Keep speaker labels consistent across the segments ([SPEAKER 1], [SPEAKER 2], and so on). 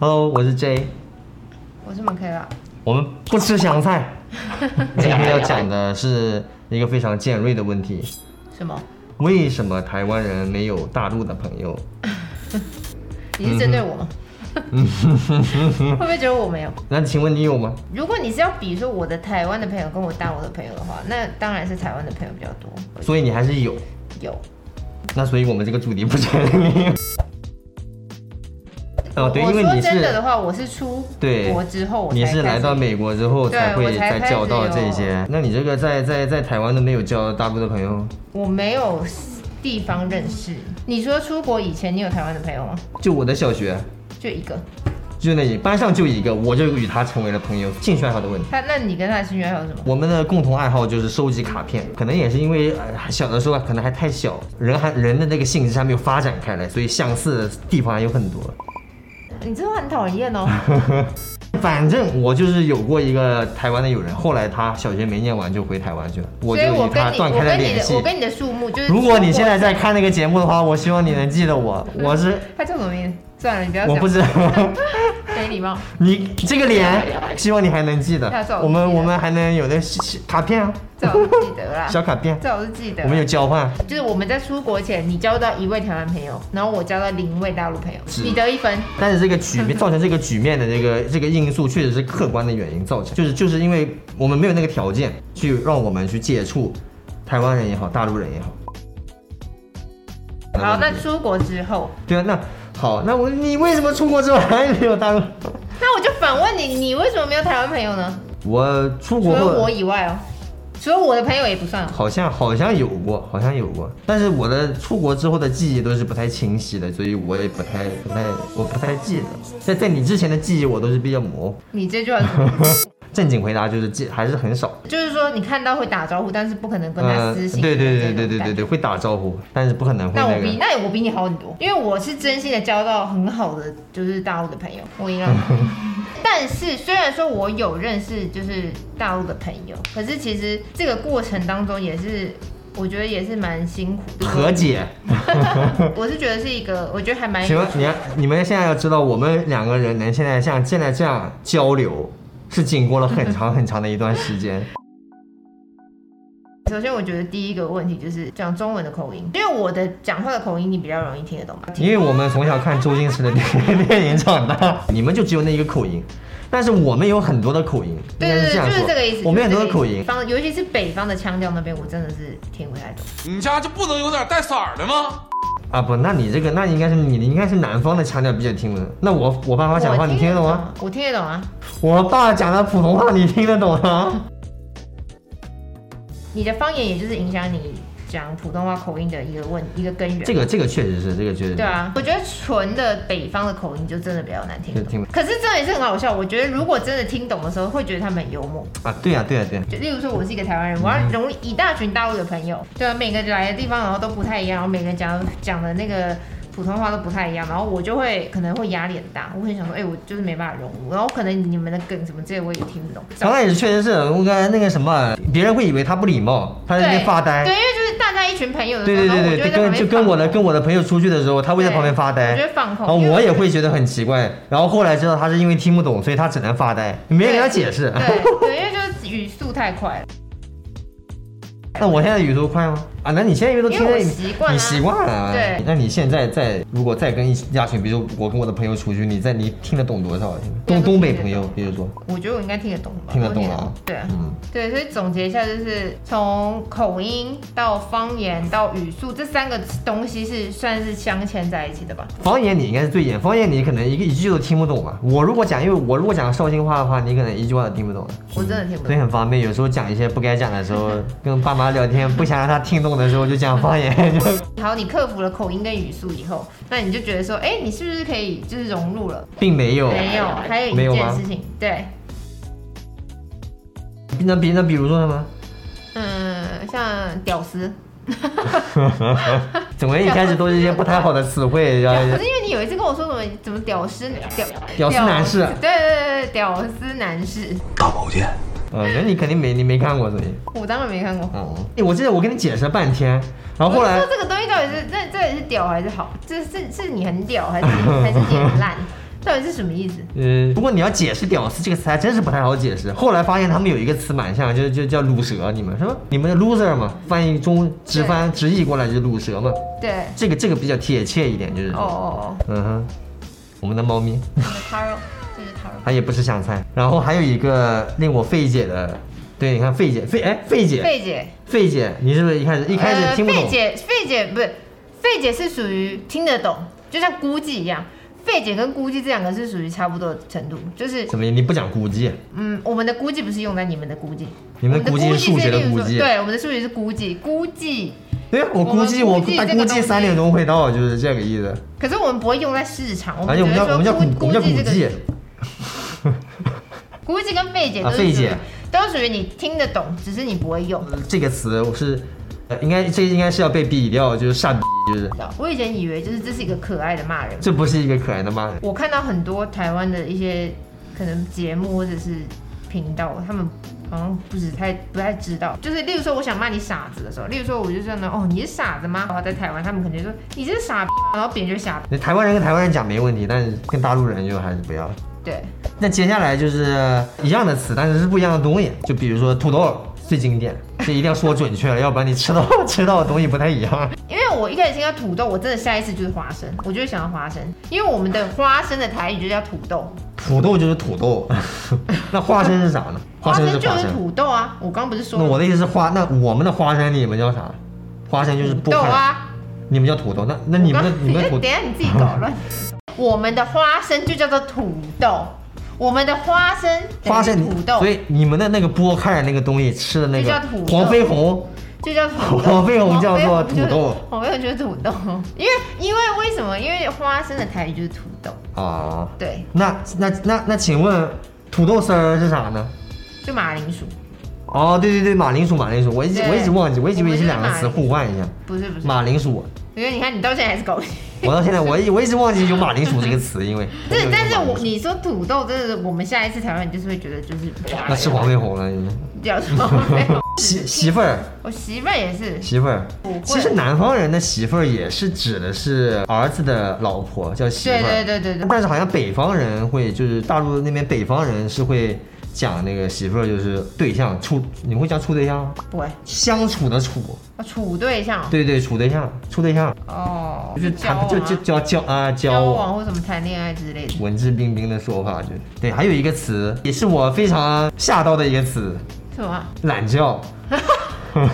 [SPEAKER 1] Hello，我是 J，
[SPEAKER 2] 我是马克吧。
[SPEAKER 1] 我们不吃香菜。 今天要讲的是一个非常尖锐的问题：
[SPEAKER 2] 什么？
[SPEAKER 1] 为什么台湾人没有大陆的朋友？
[SPEAKER 2] 你是针对我吗？嗯 会不会觉得我没有？
[SPEAKER 1] 那请问你有吗？
[SPEAKER 2] 如果你是要比说我的台湾的朋友跟我大陆的朋友的话，那当然是台湾的朋友比较多。
[SPEAKER 1] 所以你还是有。
[SPEAKER 2] 有，
[SPEAKER 1] 那所以我们这个主题不成 立。哦，对，
[SPEAKER 2] 我
[SPEAKER 1] 因为
[SPEAKER 2] 说
[SPEAKER 1] 你
[SPEAKER 2] 真的
[SPEAKER 1] 是
[SPEAKER 2] 的话，我是出
[SPEAKER 1] 对
[SPEAKER 2] 国之后我才
[SPEAKER 1] 你是
[SPEAKER 2] 开
[SPEAKER 1] 来
[SPEAKER 2] 始
[SPEAKER 1] 到美国之后
[SPEAKER 2] 对
[SPEAKER 1] 才会
[SPEAKER 2] 我才
[SPEAKER 1] 再
[SPEAKER 2] 开始
[SPEAKER 1] 交到这
[SPEAKER 2] 有
[SPEAKER 1] 些。那你这个在在在台湾都没有交大陆的朋友，
[SPEAKER 2] 我没有地方认识。你说出国以前你有台湾的朋友吗？
[SPEAKER 1] 就我的小学。
[SPEAKER 2] 就一个。
[SPEAKER 1] 就那班上就一个，我就与他成为了朋友。兴趣爱好的问题，
[SPEAKER 2] 他那你跟他的兴趣爱好是什么？
[SPEAKER 1] 我们的共同爱好就是收集卡片。可能也是因为、呃、还小的时候啊可能还太小，人还人的那个性质还没有发展开来，所以相似的地方还有很多。
[SPEAKER 2] 你真的很讨人厌哦。
[SPEAKER 1] 反正我就是有过一个台湾的友人，后来他小学没念完就回台湾去了， 我就
[SPEAKER 2] 所以我
[SPEAKER 1] 与
[SPEAKER 2] 跟
[SPEAKER 1] 他
[SPEAKER 2] 你
[SPEAKER 1] 断
[SPEAKER 2] 我
[SPEAKER 1] 开了
[SPEAKER 2] 跟你
[SPEAKER 1] 联
[SPEAKER 2] 的
[SPEAKER 1] 系
[SPEAKER 2] 我。跟你的数目就是出
[SPEAKER 1] 如
[SPEAKER 2] 国。
[SPEAKER 1] 果你现在在看那个节目的话，我希望你能记得我，我是
[SPEAKER 2] 他叫什么名字？算嗯了，你不要讲。
[SPEAKER 1] 我不知道。
[SPEAKER 2] 没礼貌。
[SPEAKER 1] 你这个脸，希望你还能记得
[SPEAKER 2] 那是我。
[SPEAKER 1] 我们
[SPEAKER 2] 记得
[SPEAKER 1] 我们还能有的卡片啊，
[SPEAKER 2] 这我是记得啦，
[SPEAKER 1] 小卡片，
[SPEAKER 2] 这我是记得
[SPEAKER 1] 我。们有交换。
[SPEAKER 2] 就是我们在出国前，你交到一位台湾朋友，然后我交到零位大陆朋友，
[SPEAKER 1] 是
[SPEAKER 2] 你得一分。
[SPEAKER 1] 但是这个局面造成这个局面的这个 这个因素，确实是客观的原因造成，就是就是因为我们没有那个条件去让我们去接触台湾人也好，大陆人也好。
[SPEAKER 2] 好，那出国之后，
[SPEAKER 1] 对啊，那好，那我你为什么出国之后还没有大陆？
[SPEAKER 2] 那我就反问你，你为什么没有台湾朋友呢？
[SPEAKER 1] 我出
[SPEAKER 2] 除
[SPEAKER 1] 国
[SPEAKER 2] 了我
[SPEAKER 1] 后
[SPEAKER 2] 以外哦，除了我的朋友也不算哦。
[SPEAKER 1] 好像好像有过，好像有过，但是我的出国之后的记忆都是不太清晰的，所以我也不太不太我不太记得，在在你之前的记忆我都是比较模糊。
[SPEAKER 2] 你这句话是什么意 思
[SPEAKER 1] 正经回答就是记还是很少。
[SPEAKER 2] 就是说，你看到会打招呼，但是不可能跟他私信、
[SPEAKER 1] 呃对对对对对对
[SPEAKER 2] 对。
[SPEAKER 1] 对，会打招呼，但是不可能会
[SPEAKER 2] 那我
[SPEAKER 1] 那
[SPEAKER 2] 比
[SPEAKER 1] 个。
[SPEAKER 2] 那我比你好很多，因为我是真心的交到很好的就是大陆的朋友，我 一样。但是虽然说我有认识就是大陆的朋友，可是其实这个过程当中也是，我觉得也是蛮辛苦的。
[SPEAKER 1] 和解，
[SPEAKER 2] 我是觉得是一个，我觉得还蛮
[SPEAKER 1] 请问你要你们现在要知道，我们两个人能现在像现在这样交流，是经过了很长很长的一段时间。
[SPEAKER 2] 首先，我觉得第一个问题就是讲中文的口音，因为我的讲话的口音你比较容易听得懂吧？
[SPEAKER 1] 因为我们从小看周星驰的 电电影长大，你们就只有那一个口音，但是我们有很多的口音，应
[SPEAKER 2] 对
[SPEAKER 1] 该
[SPEAKER 2] 对
[SPEAKER 1] 是这
[SPEAKER 2] 对，
[SPEAKER 1] 样
[SPEAKER 2] 就是
[SPEAKER 1] 说
[SPEAKER 2] 这个意思。。
[SPEAKER 1] 我们有很
[SPEAKER 2] 就
[SPEAKER 1] 多的
[SPEAKER 2] 是这个
[SPEAKER 1] 口
[SPEAKER 2] 意思
[SPEAKER 1] 音，
[SPEAKER 2] 方尤其是北方的腔调那边，我真的是听不太懂。
[SPEAKER 3] 你家就不能有点带色儿的吗？
[SPEAKER 1] 啊不，那你这个那应该是你的应该是南方的腔调比较听不懂。那我我爸妈讲话你听得懂吗？？
[SPEAKER 2] 我听得懂啊。
[SPEAKER 1] 我爸讲的普通话你听得懂吗？
[SPEAKER 2] 你的方言也就是影响你讲普通话口音的一个问一个根源。
[SPEAKER 1] 这个这个确实是，这个确实是
[SPEAKER 2] 对啊，我觉得纯的北方的口音就真的比较难听
[SPEAKER 1] 就听
[SPEAKER 2] 懂。可是这也是很好笑，我觉得如果真的听懂的时候，会觉得他们很幽默。
[SPEAKER 1] 啊，对呀、对呀、对呀、
[SPEAKER 2] 就例如说，我是一个台湾人，我要
[SPEAKER 1] 嗯
[SPEAKER 2] 融入一大群大陆的朋友，对啊，每个来的地方然后都不太一样，然后每个人讲讲的那个普通话都不太一样，然后我就会可能会压力很大，我会想说，哎、我就是没办法融入，然后可能你们的梗什么这些我也听不懂。
[SPEAKER 1] 刚开始确实是我刚才那个什么，别人会以为他不礼貌，他在那边发呆
[SPEAKER 2] 对，。因为就是大家一群朋友的时
[SPEAKER 1] 对
[SPEAKER 2] 候，
[SPEAKER 1] 对
[SPEAKER 2] 然后
[SPEAKER 1] 对
[SPEAKER 2] 我
[SPEAKER 1] 对，
[SPEAKER 2] 会
[SPEAKER 1] 就
[SPEAKER 2] 在旁
[SPEAKER 1] 跟
[SPEAKER 2] 边
[SPEAKER 1] 就跟我的
[SPEAKER 2] 放空
[SPEAKER 1] 跟我的朋友出去的时候，他会在旁边发
[SPEAKER 2] 我
[SPEAKER 1] 呆
[SPEAKER 2] 就，会放空。
[SPEAKER 1] 然后
[SPEAKER 2] 因为
[SPEAKER 1] 哦我也
[SPEAKER 2] 觉得
[SPEAKER 1] 会觉得很奇怪。然后后来知道他是因为听不懂，所以他只能发呆，没人给他解释。
[SPEAKER 2] 对对，因为就是语速太快了，
[SPEAKER 1] 那我现在语速快吗？啊，那你现在语速
[SPEAKER 2] 因
[SPEAKER 1] 听
[SPEAKER 2] 为
[SPEAKER 1] 得
[SPEAKER 2] 我习惯
[SPEAKER 1] 你
[SPEAKER 2] 了。
[SPEAKER 1] 习惯了。
[SPEAKER 2] 对
[SPEAKER 1] 那你现在在如果再跟一一大群，比如说我跟我的朋友出去，你在你听得懂多少？东东北朋友，比如说，
[SPEAKER 2] 我觉得我应该听得懂吧？
[SPEAKER 1] 听得懂了啊
[SPEAKER 2] 对啊
[SPEAKER 1] 嗯。
[SPEAKER 2] 对，所以总结一下，就是从口音到方言到语速这三个东西是算是镶嵌在一起的吧？
[SPEAKER 1] 方言你应该是最严，方言你可能一个一句都听不懂嘛。我如果讲，因为我如果讲绍兴话的话，你可能一句话都听不懂，
[SPEAKER 2] 我真的听不
[SPEAKER 1] 所以
[SPEAKER 2] 懂。
[SPEAKER 1] 很方便。有时候讲一些不该讲的时候，跟爸妈聊天不想让他听懂的时候，就讲方 言。就
[SPEAKER 2] 好，你克服了口音跟语速以后，那你就觉得说，哎、你是不是可以就是融入了？
[SPEAKER 1] 并没有，
[SPEAKER 2] 没有，还有一
[SPEAKER 1] 没有吗
[SPEAKER 2] 件事情，对，
[SPEAKER 1] 那比那比如说什 么？
[SPEAKER 2] 嗯，像 屌丝，
[SPEAKER 1] 怎么一开始都是一些不太好的词汇，然
[SPEAKER 2] 可
[SPEAKER 1] 后
[SPEAKER 2] 是因为你有一次跟我说什么怎么屌丝屌
[SPEAKER 1] 屌丝男士啊
[SPEAKER 2] 对对对，屌丝男士，
[SPEAKER 1] 嗯，那你肯定没你没看过，所以
[SPEAKER 2] 我当然没看过。
[SPEAKER 1] 嗯，哎我记得我跟你解释半天，然哦后后
[SPEAKER 2] 我
[SPEAKER 1] 来
[SPEAKER 2] 是 说这个东西到底是这这里是屌还是好？这是是你很屌还是还是你很烂？到底是什么意思？
[SPEAKER 1] 呃，不过你要解释“屌丝”这个词还真是不太好解释。后来发现他们有一个词蛮像，就就叫“卤蛇”，你们说你们 loser 嘛，翻译中直翻直译过来就是“卤蛇”嘛。
[SPEAKER 2] 对，
[SPEAKER 1] 这个这个比较贴切一点，就是
[SPEAKER 2] 哦哦
[SPEAKER 1] 嗯哼，我们的猫咪。
[SPEAKER 2] 哦，他肉，这是他肉，
[SPEAKER 1] 它也不吃香菜。然后还有一个令我费解的，对，你看费解，费哎费解，
[SPEAKER 2] 费姐，
[SPEAKER 1] 费解，你是不是一开始一开始听不懂
[SPEAKER 2] 费？姐，费姐不是，费姐是属于听得懂，就像估计一样。费姐跟估计这两个是属于差不多的程度，就是
[SPEAKER 1] 怎么你不讲估计？
[SPEAKER 2] 嗯，我们的估计不是用在你们的估计，
[SPEAKER 1] 你们的
[SPEAKER 2] 我
[SPEAKER 1] 估计是数学的
[SPEAKER 2] 例如
[SPEAKER 1] 估
[SPEAKER 2] 说
[SPEAKER 1] 计
[SPEAKER 2] 对，我们的数学是估计，估计，
[SPEAKER 1] 对呀，我估计我
[SPEAKER 2] 我们估计
[SPEAKER 1] 大
[SPEAKER 2] 这个
[SPEAKER 1] 估
[SPEAKER 2] 东
[SPEAKER 1] 计
[SPEAKER 2] 西
[SPEAKER 1] 三点钟会到，就是这个意思。
[SPEAKER 2] 可是我们不会用在市场，我
[SPEAKER 1] 而
[SPEAKER 2] 们
[SPEAKER 1] 且
[SPEAKER 2] 只
[SPEAKER 1] 啊我们叫我们叫
[SPEAKER 2] 会说
[SPEAKER 1] 估我
[SPEAKER 2] 估
[SPEAKER 1] 们叫
[SPEAKER 2] 估
[SPEAKER 1] 估
[SPEAKER 2] 计这
[SPEAKER 1] 计
[SPEAKER 2] 个，估计跟费姐
[SPEAKER 1] 啊
[SPEAKER 2] 都
[SPEAKER 1] 费
[SPEAKER 2] 是属于
[SPEAKER 1] 姐
[SPEAKER 2] 都属于你听得懂，只是你不会用。
[SPEAKER 1] 呃这个词我是，呃应该这应该是要被毙掉，就是傻逼，就是
[SPEAKER 2] 我以前以为就是这是一个可爱的骂人，
[SPEAKER 1] 这不是一个可爱的骂人。
[SPEAKER 2] 我看到很多台湾的一些可能节目或者是频道，他们好像不是太不太知道，就是例如说我想骂你傻子的时候，例如说我就说呢，哦你是傻子吗？然后在台湾他们可能就说你这是傻逼啊，然后别人就傻逼，
[SPEAKER 1] 那台湾人跟台湾人讲没问题，但是跟大陆人就还是不要。
[SPEAKER 2] 对，
[SPEAKER 1] 那接下来就是一样的词，但是是不一样的东西。就比如说土豆最经典，这一定要说准确了，要不然你吃到 吃到的东西不太一样。
[SPEAKER 2] 因为我一开始听到土豆，我真的下意识就是花生，我就会想到花生，因为我们的花生的台语就叫土豆，
[SPEAKER 1] 土豆就是土豆，那花生是啥呢？花生是
[SPEAKER 2] 就
[SPEAKER 1] 花
[SPEAKER 2] 是
[SPEAKER 1] 生。
[SPEAKER 2] 土豆啊，我刚不是说
[SPEAKER 1] 那我的意思是花，那我们的花生你们叫啥？花生就是菠
[SPEAKER 2] 土豆
[SPEAKER 1] 菜，
[SPEAKER 2] 啊。
[SPEAKER 1] 你们叫土豆。那那你们的
[SPEAKER 2] 我刚
[SPEAKER 1] 你们的
[SPEAKER 2] 就
[SPEAKER 1] 土
[SPEAKER 2] 等一下你自己搞乱。我们的花生就叫做土豆，我们的花生等于
[SPEAKER 1] 花生
[SPEAKER 2] 土豆
[SPEAKER 1] 所以你们的那个菠菜那个东西吃的那
[SPEAKER 2] 就
[SPEAKER 1] 个
[SPEAKER 2] 叫土豆
[SPEAKER 1] 黄飞鸿，
[SPEAKER 2] 就叫土豆。
[SPEAKER 1] 黄飞鸿叫做土豆
[SPEAKER 2] 黄飞鸿就是土豆，因为因为为什么？因为花生的台语就是土豆，
[SPEAKER 1] 啊。
[SPEAKER 2] 对，
[SPEAKER 1] 那那那那，请问土豆丝儿是啥呢？
[SPEAKER 2] 就马铃薯，
[SPEAKER 1] 哦，对对对，马铃薯，马铃薯，我一直
[SPEAKER 2] 对
[SPEAKER 1] 我一直忘记，我一直以为这两个词
[SPEAKER 2] 我们就是马铃薯
[SPEAKER 1] 互换一下。
[SPEAKER 2] 不是不是。
[SPEAKER 1] 马铃薯，
[SPEAKER 2] 因为你看你到现在还是搞不清。
[SPEAKER 1] 我到现在我一我一直忘记有马铃薯这个词，因为
[SPEAKER 2] 对，但是我
[SPEAKER 1] 有马铃薯
[SPEAKER 2] 你说土豆，真的是我们下一次台湾，你就是会觉得就是
[SPEAKER 1] 那吃黄飞鸿了。你
[SPEAKER 2] 叫什么？
[SPEAKER 1] 媳媳妇儿，
[SPEAKER 2] 我媳妇儿也是，
[SPEAKER 1] 媳妇儿
[SPEAKER 2] 不会，
[SPEAKER 1] 其实南方人的媳妇儿也是指的是儿子的老婆，叫媳妇儿。
[SPEAKER 2] 对对对对对
[SPEAKER 1] 但是好像北方人会，就是大陆那边北方人是会讲那个媳妇儿就是对象处，你们会讲处对象吗？
[SPEAKER 2] 不会，
[SPEAKER 1] 相处的处，
[SPEAKER 2] 啊处对象
[SPEAKER 1] 对对，处对象，处对象。
[SPEAKER 2] 哦，
[SPEAKER 1] 就是
[SPEAKER 2] 交
[SPEAKER 1] 谈
[SPEAKER 2] 往
[SPEAKER 1] 就
[SPEAKER 2] 啊
[SPEAKER 1] 就交交啊交
[SPEAKER 2] 交
[SPEAKER 1] 往，
[SPEAKER 2] 往或什么谈恋爱之类的。
[SPEAKER 1] 文质彬彬的说法就对。还有一个词也是我非常吓到的一个词，
[SPEAKER 2] 什么啊？
[SPEAKER 1] 懒觉。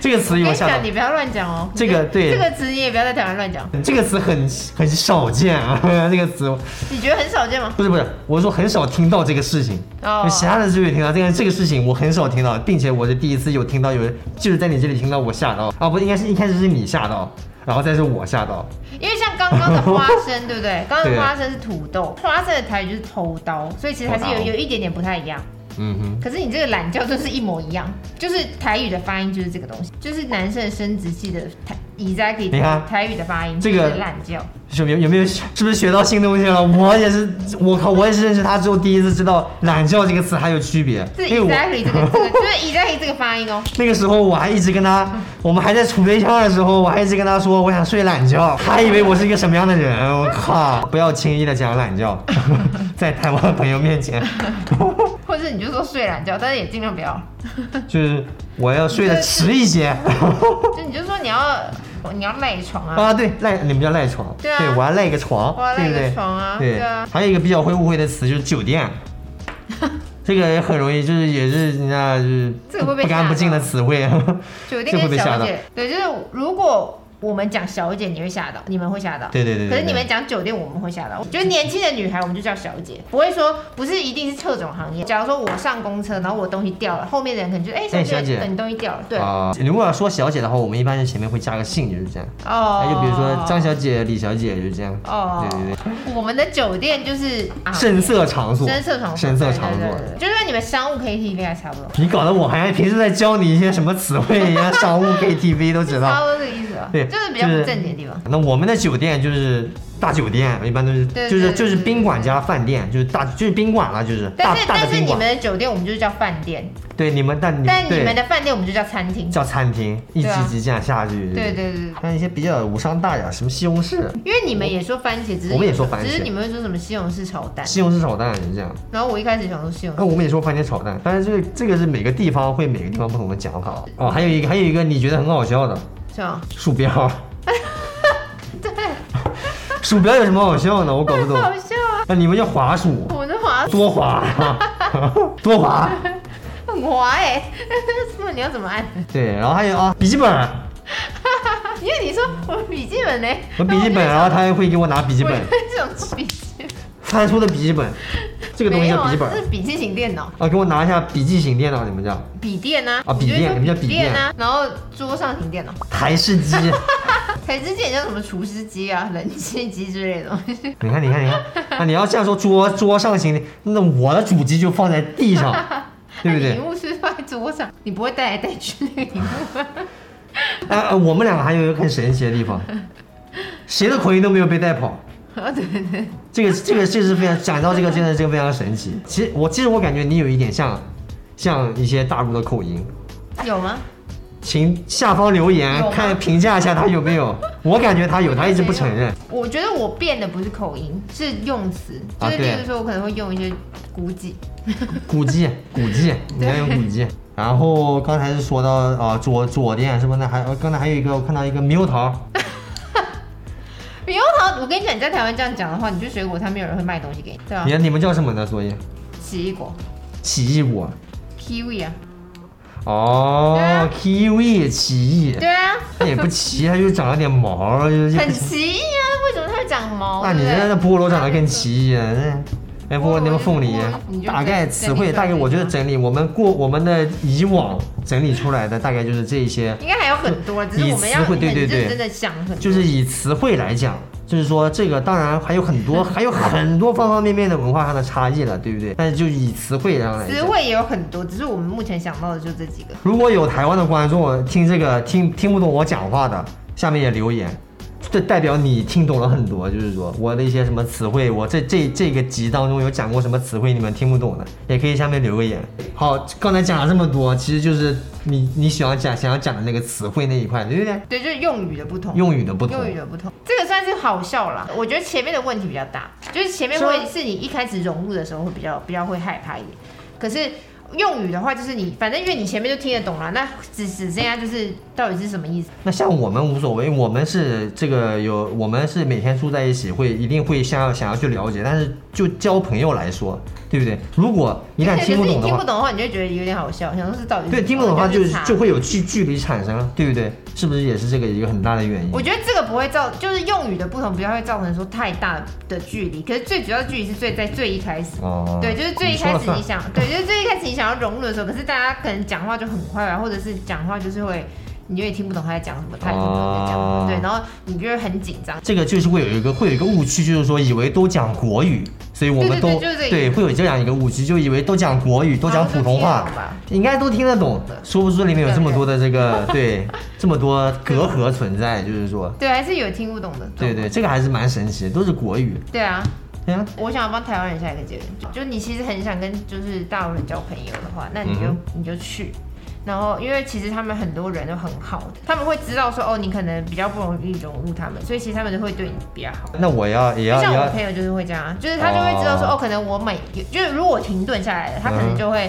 [SPEAKER 1] 这个词
[SPEAKER 2] 我
[SPEAKER 1] 有我
[SPEAKER 2] 跟你
[SPEAKER 1] 吓
[SPEAKER 2] 讲，
[SPEAKER 1] 到
[SPEAKER 2] 哎 你，不要乱讲哦。
[SPEAKER 1] 这个对
[SPEAKER 2] 这个词你也不要在台湾乱讲。
[SPEAKER 1] 这个词很很少见啊， 这个词
[SPEAKER 2] 你觉得很少见吗？
[SPEAKER 1] 不是不是，我是说很少听到这个事情。
[SPEAKER 2] 哦
[SPEAKER 1] 其他的就有听到，这个这个事情我很少听到，并且我是第一次有听到有人就是在你这里听到我吓到啊，不应该是一开始是你吓到，然后再是我吓到，
[SPEAKER 2] 因为像刚刚的花生，对 不对？刚刚
[SPEAKER 1] 对
[SPEAKER 2] 的花生是土豆，花生的台语就是头刀，所以其实还是
[SPEAKER 1] 头刀
[SPEAKER 2] 有有一点点不太一样。
[SPEAKER 1] 嗯哼。
[SPEAKER 2] 可是你这个懒觉就是一模一样，就是台语的发音就是这个东西，就是男生的生殖器的台以在可以
[SPEAKER 1] 你看
[SPEAKER 2] 台语的发音
[SPEAKER 1] 这
[SPEAKER 2] 就是
[SPEAKER 1] 个
[SPEAKER 2] 懒觉。
[SPEAKER 1] 有没有有没有是不是学到新东西了？我也是，我靠，我也是认识他之后第一次知道“懒觉”这个词还有区别。
[SPEAKER 2] 是
[SPEAKER 1] 因为我
[SPEAKER 2] exactly 这个这个就是 exactly 这个发音哦，
[SPEAKER 1] 那个时候我还一直跟他，我们还在处对象的时候，我还一直跟他说我想睡懒觉，他以为我是一个什么样的人？我靠，不要轻易的讲懒觉， 在台湾的朋友面前，
[SPEAKER 2] 或者是你就说睡懒觉，但是也尽量不要。
[SPEAKER 1] 就是我要睡得迟一些
[SPEAKER 2] 就你就说你要你要赖床啊，
[SPEAKER 1] 啊。对，赖你们叫赖床，
[SPEAKER 2] 对啊
[SPEAKER 1] 我要赖个床，
[SPEAKER 2] 我要
[SPEAKER 1] 对
[SPEAKER 2] 赖
[SPEAKER 1] 不对
[SPEAKER 2] 个床啊
[SPEAKER 1] 对
[SPEAKER 2] 对啊
[SPEAKER 1] 还有一个比较会误会的词就是酒 店。这个也很容易，就是也是人家就是
[SPEAKER 2] 这个会被
[SPEAKER 1] 不干不净的词汇，
[SPEAKER 2] 酒
[SPEAKER 1] 这
[SPEAKER 2] 店
[SPEAKER 1] 会被
[SPEAKER 2] 跟
[SPEAKER 1] 吓
[SPEAKER 2] 小
[SPEAKER 1] 到。
[SPEAKER 2] 姐，对，就是如果我们讲小姐，你会吓到，你们会吓到，
[SPEAKER 1] 对对对对
[SPEAKER 2] 可是你们讲酒店，我们会吓到。就是年轻的女孩，我们就叫小姐，不会说不是一定是特种行业。假如说我上公车，然后我东西掉了，后面的人可能就哎、
[SPEAKER 1] 哎
[SPEAKER 2] 小姐，
[SPEAKER 1] 小姐
[SPEAKER 2] 呃你东西掉了，对，
[SPEAKER 1] 啊、如果要说小姐的话，我们一般是前面会加个姓，就是这样。
[SPEAKER 2] 哦
[SPEAKER 1] 那哎就比如说张小姐、李小姐，就是这样。
[SPEAKER 2] 哦
[SPEAKER 1] 对对对，
[SPEAKER 2] 我们的酒店就是啊
[SPEAKER 1] 深色场所，
[SPEAKER 2] 深色场所，
[SPEAKER 1] 深色场
[SPEAKER 2] 对
[SPEAKER 1] 所
[SPEAKER 2] 对。对对就是说你们商务 KTV 还差不多，
[SPEAKER 1] 你搞得我好像平时在教你一些什么词汇一样，商务 KTV 都知
[SPEAKER 2] 差
[SPEAKER 1] 道。
[SPEAKER 2] 不 多这个意思吧，啊
[SPEAKER 1] 对
[SPEAKER 2] 就是比较不
[SPEAKER 1] 就是
[SPEAKER 2] 正经的地方。
[SPEAKER 1] 那我们的酒店就是大酒店，一般都是
[SPEAKER 2] 对
[SPEAKER 1] 就是
[SPEAKER 2] 对
[SPEAKER 1] 就是
[SPEAKER 2] 对
[SPEAKER 1] 宾馆加饭店，就是大就是宾馆了，就是大
[SPEAKER 2] 但是
[SPEAKER 1] 大的
[SPEAKER 2] 但是
[SPEAKER 1] 宾
[SPEAKER 2] 你
[SPEAKER 1] 馆
[SPEAKER 2] 们。的酒店我们就是叫饭店，
[SPEAKER 1] 对你们，但你
[SPEAKER 2] 但你
[SPEAKER 1] 嗯对
[SPEAKER 2] 们的饭店我们就叫餐厅。
[SPEAKER 1] 叫餐厅，一级
[SPEAKER 2] 对啊
[SPEAKER 1] 级这样下去。
[SPEAKER 2] 对啊对对，
[SPEAKER 1] 像一些比较无伤大雅，什么西红柿、
[SPEAKER 2] 因为你们也说番茄，只是
[SPEAKER 1] 我们也说番茄
[SPEAKER 2] 只是你们会说什么西红柿炒蛋。
[SPEAKER 1] 西红柿炒蛋是这哦样。
[SPEAKER 2] 然后我一开始想说西红
[SPEAKER 1] 那
[SPEAKER 2] 柿，
[SPEAKER 1] 我们也说番茄炒蛋，但是这个这个是每个地方会每个地方不同的讲法。哦，还有一个还有一个你觉得很好笑的
[SPEAKER 2] 是 吧？
[SPEAKER 1] 鼠标，
[SPEAKER 2] 对，
[SPEAKER 1] 鼠标有什么好笑呢？我搞不懂。
[SPEAKER 2] 好笑 啊！
[SPEAKER 1] 那你们叫滑鼠，
[SPEAKER 2] 我的滑
[SPEAKER 1] 多滑，多滑。
[SPEAKER 2] 很滑哎、 什么你要怎么按？
[SPEAKER 1] 对，然后还有啊，笔记本，
[SPEAKER 2] 因为你说我笔记本呢、
[SPEAKER 1] 我笔记本，然后他还会给我拿笔记
[SPEAKER 2] 我
[SPEAKER 1] 本，
[SPEAKER 2] 就想说笔记本，
[SPEAKER 1] 翻出的笔记本，这个东西
[SPEAKER 2] 没有
[SPEAKER 1] 叫
[SPEAKER 2] 啊，
[SPEAKER 1] 笔记本
[SPEAKER 2] 这是笔记型电脑，
[SPEAKER 1] 啊，给我拿一下笔记型电脑，你们叫
[SPEAKER 2] 笔电啊，
[SPEAKER 1] 啊笔电你
[SPEAKER 2] 你就会说
[SPEAKER 1] 们叫笔电
[SPEAKER 2] 啊，然后桌上型电脑，哦啊
[SPEAKER 1] 台式机。
[SPEAKER 2] 台之前叫什么厨师机啊、冷气机之类的东西，
[SPEAKER 1] 你看，你看，你看，那你要这样说桌桌上型的，那我的主机就放在地上，对不
[SPEAKER 2] 那
[SPEAKER 1] 对
[SPEAKER 2] 哎你荧？幕是放在桌上，你不会带来带去那个荧幕吗？
[SPEAKER 1] 啊啊，我们两个还有一个很神奇的地方，谁的口音都没有被带跑。
[SPEAKER 2] 啊，对对 对，
[SPEAKER 1] 这个这个这是非常讲到这个真的这个非常神奇。其实我其实我感觉你有一点像，像一些大陆的口音，
[SPEAKER 2] 有吗？
[SPEAKER 1] 请下方留言
[SPEAKER 2] 有吗
[SPEAKER 1] 看评价一下他有没有。我感觉他有，他一直不承认。
[SPEAKER 2] 我觉得我变的不是口音，是用词，
[SPEAKER 1] 啊
[SPEAKER 2] 就是
[SPEAKER 1] 对
[SPEAKER 2] 例如说，我可能会用一些估 计，
[SPEAKER 1] 古迹，古迹，你要用古 迹。然后刚才是说到啊、左左店是不是？那还呃刚才还有一个我看到一个猕猴桃，
[SPEAKER 2] 猕猴桃，我跟你讲，你在台湾这样讲的话，你去水果摊没有人会卖东西给你，对啊
[SPEAKER 1] 你，看你们叫什么呢？所以
[SPEAKER 2] 奇异果
[SPEAKER 1] 奇异果
[SPEAKER 2] kiwi 啊，对
[SPEAKER 1] 哦
[SPEAKER 2] 啊
[SPEAKER 1] ，kiwi 奇异，
[SPEAKER 2] 对啊，
[SPEAKER 1] 那也不奇，它就长了点毛，就就
[SPEAKER 2] 很奇异啊，为什么它会长毛？
[SPEAKER 1] 啊那你
[SPEAKER 2] 对不
[SPEAKER 1] 那
[SPEAKER 2] 对
[SPEAKER 1] 那菠萝长得更奇异啊！那哎，不过那个凤梨
[SPEAKER 2] 你，就
[SPEAKER 1] 大概词汇大概我觉得整理我们过我们的以往整理出来的大概就是这些，
[SPEAKER 2] 应该还有很 多，只是我们要
[SPEAKER 1] 以词汇
[SPEAKER 2] 很
[SPEAKER 1] 对对
[SPEAKER 2] 认
[SPEAKER 1] 对
[SPEAKER 2] 真的想很多，
[SPEAKER 1] 就是以词汇来讲，就是说这个当然还有很多还有很多方方面面的文化上的差异了，对不对？但是就以词汇上来
[SPEAKER 2] 词
[SPEAKER 1] 讲。
[SPEAKER 2] 汇也有很多，只是我们目前想到的就这几个。
[SPEAKER 1] 如果有台湾的观众啊听这个听听不懂我讲话的，下面也留言，这代表你听懂了很多，就是说我的一些什么词汇，我这这这个集当中有讲过什么词汇你们听不懂的，也可以下面留个言。好，刚才讲了这么多，其实就是你你想要讲想要讲的那个词汇那一块，对不对？
[SPEAKER 2] 对，就是用语的不同，
[SPEAKER 1] 用语的不同
[SPEAKER 2] 用，语的不同，这个算是好笑啦。我觉得前面的问题比较大，就是前面
[SPEAKER 1] 是吗啊
[SPEAKER 2] 会是你一开始融入的时候会比较比较会害怕一点，可是。用语的话，就是你反正因为你前面就听得懂了，那只只剩下就是到底是什么意思？
[SPEAKER 1] 那像我们无所谓，我们是这个有，我们是每天住在一起，会一定会想要想要去了解，但是就交朋友来说，对不对？如果一旦
[SPEAKER 2] 对
[SPEAKER 1] 听不
[SPEAKER 2] 可是
[SPEAKER 1] 懂
[SPEAKER 2] 你
[SPEAKER 1] 的
[SPEAKER 2] 听
[SPEAKER 1] 话
[SPEAKER 2] 不，懂的话，你就觉得有点好笑，想说是到底是
[SPEAKER 1] 对，
[SPEAKER 2] 什么
[SPEAKER 1] 听不懂的话就
[SPEAKER 2] 就是查
[SPEAKER 1] 就会有距距离产生，对不对？是不是也是这个一个很大的原因
[SPEAKER 2] 我？觉得这个不会造，就是用语的不同，不要会造成说太大的距离。可是最主要的距离是最在最一开始，
[SPEAKER 1] 哦
[SPEAKER 2] 对，就是最一开
[SPEAKER 1] 你
[SPEAKER 2] 始
[SPEAKER 1] 说了
[SPEAKER 2] 你
[SPEAKER 1] 算
[SPEAKER 2] 想，对，就是最一开始你想要融入的时候，可是大家可能讲话就很快啊，或者是讲话就是会，你就也听不懂他在讲什么，他也听不懂你在讲什
[SPEAKER 1] 哦
[SPEAKER 2] 么，对，然后你就会很紧张。
[SPEAKER 1] 这个就是会有一个会有一个误区，就是说以为都讲国语，所以我们
[SPEAKER 2] 对对
[SPEAKER 1] 都
[SPEAKER 2] 对就是这个
[SPEAKER 1] 会有这样一个误区，就以为都讲国语，都讲普通
[SPEAKER 2] 好
[SPEAKER 1] 话
[SPEAKER 2] 像都听得懂吧，
[SPEAKER 1] 应该都听得懂，殊不知里面有这么多的这个对这么多 隔阂存在，就是说。
[SPEAKER 2] 对，还是有听不懂的。
[SPEAKER 1] 对对，这个还是蛮神奇的，都是国语。
[SPEAKER 2] 对啊，
[SPEAKER 1] 哎呀，
[SPEAKER 2] 我想要帮台湾人下一个结论，就就你其实很想跟就是大陆人交朋友的话，那你就、
[SPEAKER 1] 嗯
[SPEAKER 2] 你就去。然后，因为其实他们很多人都很好的，他们会知道说，哦，你可能比较不容易融入他们，所以其实他们就会对你比较好。
[SPEAKER 1] 那我要也
[SPEAKER 2] 就
[SPEAKER 1] 要也
[SPEAKER 2] 像我
[SPEAKER 1] 要
[SPEAKER 2] 朋友就是会这样啊，就是他就会知道说，
[SPEAKER 1] 哦
[SPEAKER 2] 哦，可能我每就是如果我停顿下来了，他可
[SPEAKER 1] 嗯
[SPEAKER 2] 能就会。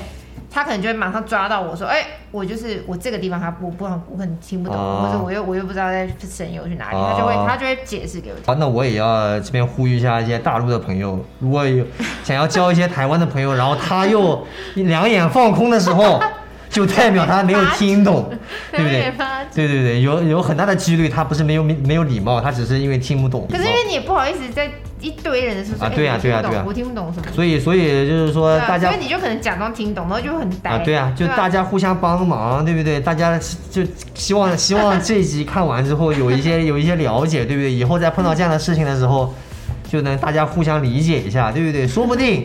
[SPEAKER 2] 他可能就会马上抓到我说，哎、我就是我这个地方他不不我可能听不懂，
[SPEAKER 1] 哦
[SPEAKER 2] 或者我又我又不知道在神游去哪里，
[SPEAKER 1] 哦
[SPEAKER 2] 他就会他就会解释给我听。
[SPEAKER 1] 好，那我也要这边呼吁一下一些大陆的朋友，如果 有想要交一些台湾的朋友，然后他又两眼放空的时候， 就代表他没有听懂，对不
[SPEAKER 2] 两
[SPEAKER 1] 对
[SPEAKER 2] 眼发？
[SPEAKER 1] 对对对，有有很大的几率他不是没有没有礼貌，他只是因为听不懂。
[SPEAKER 2] 可是因为你也不好意思在一堆人的时候说，
[SPEAKER 1] 啊
[SPEAKER 2] 哎
[SPEAKER 1] 对啊
[SPEAKER 2] 我听不懂
[SPEAKER 1] 对啊对啊
[SPEAKER 2] 我听不懂什么，
[SPEAKER 1] 所以所以就是说
[SPEAKER 2] 对啊
[SPEAKER 1] 大家
[SPEAKER 2] 所以你就可能假装听懂，然后就很呆
[SPEAKER 1] 啊，对啊，就大
[SPEAKER 2] 家
[SPEAKER 1] 家互相帮忙，对不对？大家就希望希望这一 集看完之后有一些有一些了解，对不对？以后再碰到这样的事情的时候，就能大家互相理解一下，对不对？说不定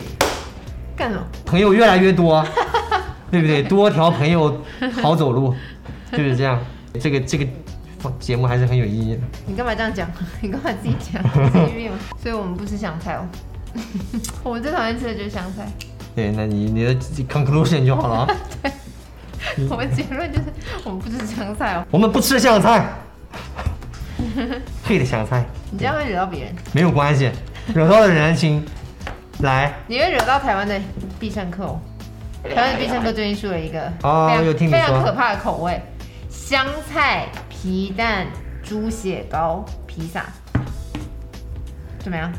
[SPEAKER 2] 干什么？
[SPEAKER 1] 朋友越来越多， 对不对？多条朋友好走路，就是这样。这个这个哇节目还是很有意义的。
[SPEAKER 2] 你干嘛这样讲？ 你干嘛自己 讲？自己灭亡所以我们不吃香菜哦。 我们最讨厌吃的就是香菜。
[SPEAKER 1] 对，那你你的 conclusion 就好了啊。
[SPEAKER 2] 我们结论就是我们不吃香菜哦。
[SPEAKER 1] 我们不吃香菜，配的香菜
[SPEAKER 2] 你这样会惹到别人，
[SPEAKER 1] 没有关系，惹到的人请来
[SPEAKER 2] 你会惹到台湾的必胜客哦。台湾的必胜客最近出了一个
[SPEAKER 1] 哦
[SPEAKER 2] 非常
[SPEAKER 1] 有听你
[SPEAKER 2] 非常
[SPEAKER 1] 说
[SPEAKER 2] 可怕的口味：香菜、皮蛋、猪血糕、披萨。怎么样？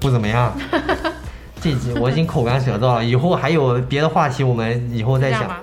[SPEAKER 1] 不怎么样。这集我已经口干舌燥了，以后还有别的话题，我们以后再
[SPEAKER 2] 这样
[SPEAKER 1] 讲。
[SPEAKER 2] 吗？